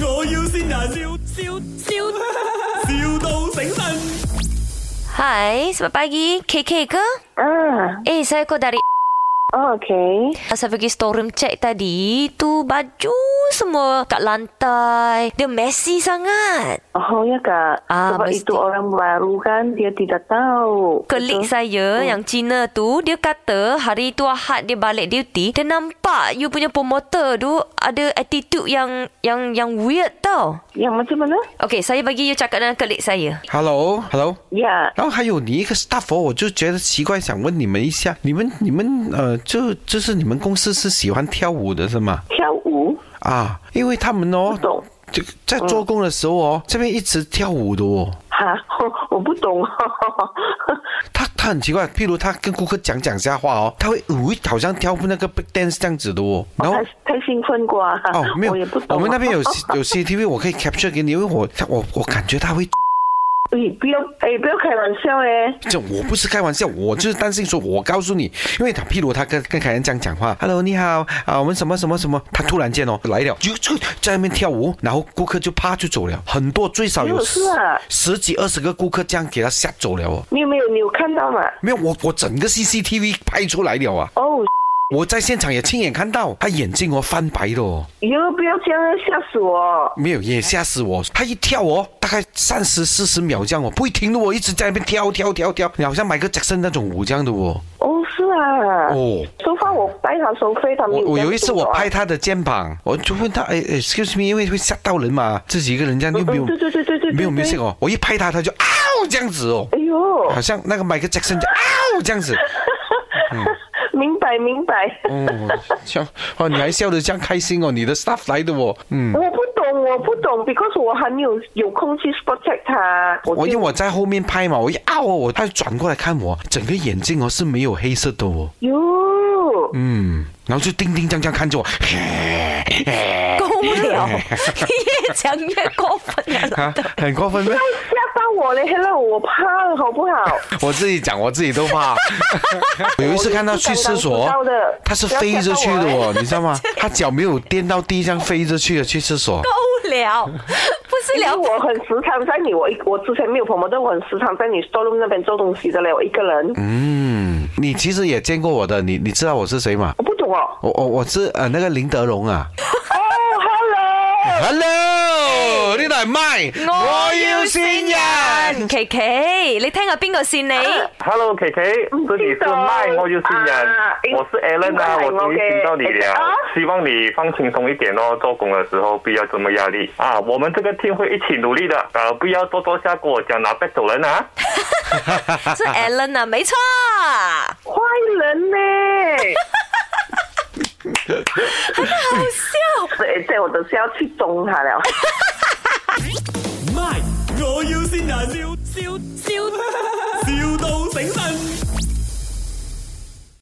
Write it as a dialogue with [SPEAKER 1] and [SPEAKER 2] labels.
[SPEAKER 1] 要先人，笑笑笑，,笑到醒神。
[SPEAKER 2] Hai, selamat pagi. KK ke?
[SPEAKER 3] Ah,
[SPEAKER 2] Eh, saya call dari
[SPEAKER 3] oh, okay.
[SPEAKER 2] saya pergi storeroom check tadi. Tu baju semua kat lantai. Dia messy sangat.
[SPEAKER 3] Oh ya kak.
[SPEAKER 2] Ah,
[SPEAKER 3] Sebab
[SPEAKER 2] mesti.
[SPEAKER 3] itu orang baru kan dia tidak tahu.
[SPEAKER 2] Kelik
[SPEAKER 3] Betul?
[SPEAKER 2] saya yang Cina tu, dia kata hari tu Ahad dia balik duty, dia nampak you punya promoter tu ada attitude yang yang yang weird tau.
[SPEAKER 3] Yang macam mana?
[SPEAKER 2] Okay, saya bagi you cakap dengan kelik saya.
[SPEAKER 4] Hello Hello。
[SPEAKER 3] Ya.
[SPEAKER 4] 然后还有你一个 staff，、哦、我就觉得奇怪，想问你们一下，你们你们呃，就就是你们公司是喜欢跳舞的是吗？
[SPEAKER 3] 跳舞
[SPEAKER 4] 啊，因为他们哦
[SPEAKER 3] 不，懂
[SPEAKER 4] 这个在做工的时候
[SPEAKER 3] 嗯
[SPEAKER 4] 哦，这边一直跳舞的哦。
[SPEAKER 3] 哈，我不懂。
[SPEAKER 4] 他他很奇怪，譬如他跟顾客讲讲瞎话哦，他会舞好像跳那个 break dance 这样子的哦， 然后
[SPEAKER 3] 太。太兴奋过啊！
[SPEAKER 4] 哦，没有
[SPEAKER 3] 我也不，懂。
[SPEAKER 4] 我们那边有有 CCTV，我可以 capture 给你，因为我我我感觉他会
[SPEAKER 3] 哎，不要哎，不要开玩笑哎！
[SPEAKER 4] 这我不是开玩笑，我就是担心说，我告诉你，因为他譬如他跟跟凯恩这样讲话，Hello，你好啊，我们什么什么什么，他突然间哦 来了，就就在那边跳舞，然后顾客就啪就走了，很多最少有
[SPEAKER 3] 没有
[SPEAKER 4] 十
[SPEAKER 3] 事啊
[SPEAKER 4] 十几二十个顾客这样给他吓走了哦。
[SPEAKER 3] 你有没有你有看到吗？
[SPEAKER 4] 没有，我我整个 CCTV 拍出来了啊！
[SPEAKER 3] 哦，
[SPEAKER 4] 我在现场也亲眼看到，他眼睛哦翻白的哦，
[SPEAKER 3] 哟，不要这样吓死我！
[SPEAKER 4] 没有也吓死我。他一跳哦，大概三十四十秒这样哦，不会停的哦，一直在那边跳跳跳跳，你好像买个 Jackson 那种舞这样的哦。
[SPEAKER 3] 哦，是啊。
[SPEAKER 4] 哦。
[SPEAKER 3] 收发我带他收费，他们
[SPEAKER 4] 我我有一次我拍
[SPEAKER 3] 他，
[SPEAKER 4] 他的肩膀，我就问他，哎哎，excuse me，因为会吓到人嘛，自己一个人这样又没有
[SPEAKER 3] 嗯嗯对对对对对对
[SPEAKER 4] 没有没有
[SPEAKER 3] 对
[SPEAKER 4] music 哦，我一拍他他就啊这样子哦，
[SPEAKER 3] 哎呦
[SPEAKER 4] 好，像那个 Michael Jackson 就啊这样子，嗯
[SPEAKER 3] 明白明白。
[SPEAKER 4] 哦，笑哦，你还笑得这样开心哦，你的 staff 来的哦，嗯，
[SPEAKER 3] 我不懂，我不懂，because 我还没有有空去 spot check 他。
[SPEAKER 4] 我因为
[SPEAKER 3] 就
[SPEAKER 4] 我在后面拍嘛，我一啊哦，我他就转过来看我，整个眼睛哦是没有黑色的哦，
[SPEAKER 3] 哟，
[SPEAKER 4] 嗯，然后就叮叮当当看着我，
[SPEAKER 3] Eh.
[SPEAKER 2] 够不 了，你越讲越过分了。
[SPEAKER 4] 啊，很过分咩？
[SPEAKER 3] 吓到我了，Hello，我怕了，好不 好？
[SPEAKER 4] 我自己讲，我自己都怕。 我有一次看到去厕所
[SPEAKER 3] 我哎是刚刚知道的，
[SPEAKER 4] 他是飞着去的
[SPEAKER 3] 不要吓到
[SPEAKER 4] 哦，你知道吗？他脚没有掂到地上，飞着去的去厕
[SPEAKER 3] 哦
[SPEAKER 4] 所。
[SPEAKER 2] 够了，不是
[SPEAKER 3] 因为
[SPEAKER 2] 了，
[SPEAKER 3] 我很时常在你，我我之前没有朋友，但我很时常在你 showroom 那边做东西的嘞，我一个人，
[SPEAKER 4] 嗯，你其实也见过我的，你你知道我是谁吗？
[SPEAKER 3] 我不懂哦。
[SPEAKER 4] 我我我是呃那个林德 龙啊。
[SPEAKER 3] 哦，Hello，
[SPEAKER 4] 嗯
[SPEAKER 3] 哎
[SPEAKER 4] Hello，呢度系麦，我要先人。
[SPEAKER 2] 琪琪，你聽下邊個線 你？
[SPEAKER 5] Hello K K，
[SPEAKER 3] 嗯
[SPEAKER 5] 这里是
[SPEAKER 3] 知道
[SPEAKER 5] 麦，我有新人
[SPEAKER 3] 啊，应
[SPEAKER 5] 我是 Alan 啊，
[SPEAKER 3] 应该
[SPEAKER 5] 我终于
[SPEAKER 3] 我给
[SPEAKER 5] 听到你
[SPEAKER 3] Alan 啊
[SPEAKER 5] 了，希望你放轻松一点哦，做工的时候不要这么压力啊，我们这个 team 会一起努力的，呃，不要多多下跟我讲拿 back 走人啊。
[SPEAKER 2] 是 Alan 啊，没 錯。
[SPEAKER 3] 坏人呢？
[SPEAKER 2] 好笑。
[SPEAKER 3] 对，对，哎我等下要去中他了。
[SPEAKER 1] 卖！我要先人，笑笑笑，,笑到醒神。